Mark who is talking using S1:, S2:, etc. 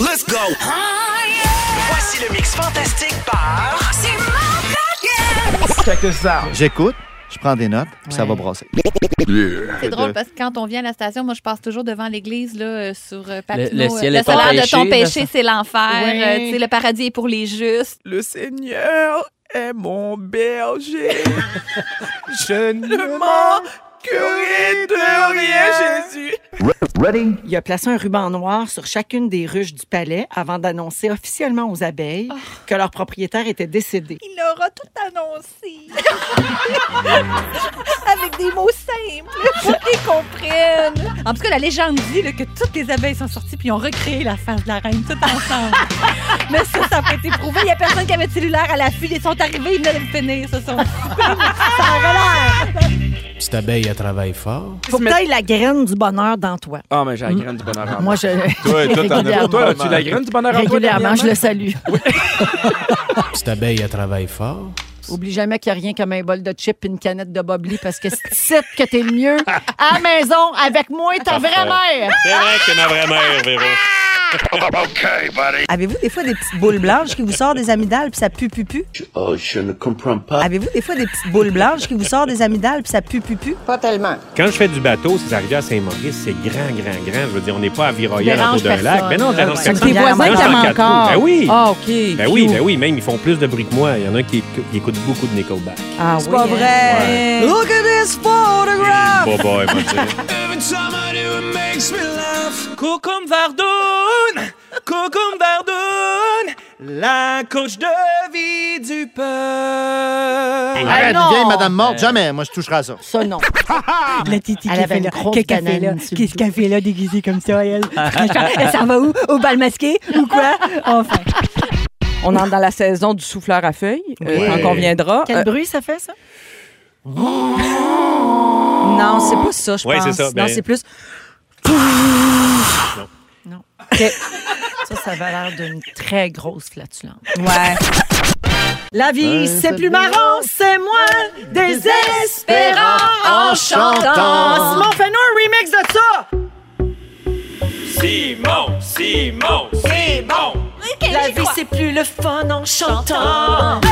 S1: Let's go!
S2: Voici le mix fantastique par... C'est
S3: Check this out.
S4: J'écoute, je prends des notes, puis ça va
S5: Ouais.
S4: brasser.
S5: C'est drôle
S4: De-
S5: parce que quand on vient à la station, moi, je passe toujours devant l'église là, euh, sur euh, Papineau.
S6: le ciel
S5: euh,
S6: est ton
S5: salaire de ton
S6: péché,
S5: péché,
S6: là,
S5: c'est l'enfer.
S6: Ouais.
S5: Euh, tu sais, le paradis est pour les justes.
S3: Le Seigneur est mon berger. je ne manquerai de rien, Jésus.
S7: Il a placé un ruban noir sur chacune des ruches du palais avant d'annoncer officiellement aux abeilles que leur propriétaire était décédé.
S5: Il aura tout annoncé. Avec des mots simples pour qu'ils comprennent. En tout cas, la légende dit là, que toutes les abeilles sont sorties puis ont recréé la face de la reine, toutes ensemble. Mais ça, ça peut être éprouvé. Il n'y a personne qui avait de cellulaire à l'affût. Ils sont arrivés, ils venaient de finir. Ça, ça.
S8: Petite abeille, elle travaille fort.
S7: Faut que t'ailles la graine du bonheur dans toi.
S3: Ah, mais j'ai la graine du bonheur en
S9: Moi, je.
S1: Toi, toi, t'en as-
S9: régulièrement,
S3: Toi, as-tu la graine du bonheur en toi?
S9: régulièrement, je
S3: dernièrement?
S9: le salue.
S8: Petite abeille, elle travaille fort.
S9: Oublie jamais qu'il n'y a rien comme un bol de chips et une canette de bobli parce que c'est ici que t'es le mieux. À la maison, avec moi, ta vraie mère.
S10: C'est vrai que ma vraie mère, Véro.
S11: Ah! Avez-vous des fois des petites boules blanches qui vous sortent des amygdales puis ça pue pu pu?
S2: Oh, je ne comprends pas.
S11: Avez-vous des fois des petites boules blanches qui vous sortent des amygdales puis ça pue pu pu? Pas tellement.
S10: Quand je fais du bateau, c'est arrivé à Saint-Maurice, c'est grand, grand, grand. Je veux dire, on n'est pas à Viroyal en
S9: Dérange
S10: haut d'un lac.
S9: personne.
S10: Mais non, dérange
S9: Tes
S10: personne.
S9: voisins
S10: Non, je suis
S9: t'aiment
S10: en quatre
S9: encore.
S10: roues. Ben oui.
S9: Ah, OK.
S10: Ben oui, ben oui, même ils font plus de bruit que moi. Il y en a un qui, qui écoute beaucoup de Nickelback.
S9: hein.
S7: Ah
S11: hein. C'est pas vrai. Look at this
S9: Ah!
S11: photograph!
S10: Bon, boy, moi, tu sais.
S3: Cocum Verdun, Cocum Verdun, la coach de vie du peuple.
S4: Arrête,
S10: Ah
S9: non!
S4: vieille madame morte, jamais. Moi, je toucherai à ça.
S9: Ça, non.
S11: La titi
S9: Elle
S11: qu'elle
S9: avait
S11: fait
S9: une
S11: là,
S9: grosse
S11: qu'est-ce qu'elle fait
S9: banane
S11: là,
S9: sur le
S11: qu'est-ce
S9: dos.
S11: qu'elle fait là déguisée comme ça, elle? Franchement, elle s'en va où? Au bal masqué ou quoi? Enfin.
S12: On entre dans la saison du souffleur à feuilles, euh,
S4: Ouais.
S12: on conviendra.
S9: Quel
S12: Euh,
S9: bruit ça fait, ça?
S12: non, c'est pas ça, je
S10: Ouais,
S12: pense.
S10: c'est ça,
S12: Non,
S10: ben-
S12: c'est plus.
S7: Ça, ça avait l'air d'une très grosse flatulence.
S12: Ouais.
S7: La
S11: Euh,
S7: vie, c'est plus marrant, c'est moins désespérant en chantant. Simon, fais-nous un remix de ça!
S3: Simon, Simon, Simon.
S7: La vie, c'est plus le fun en chantant.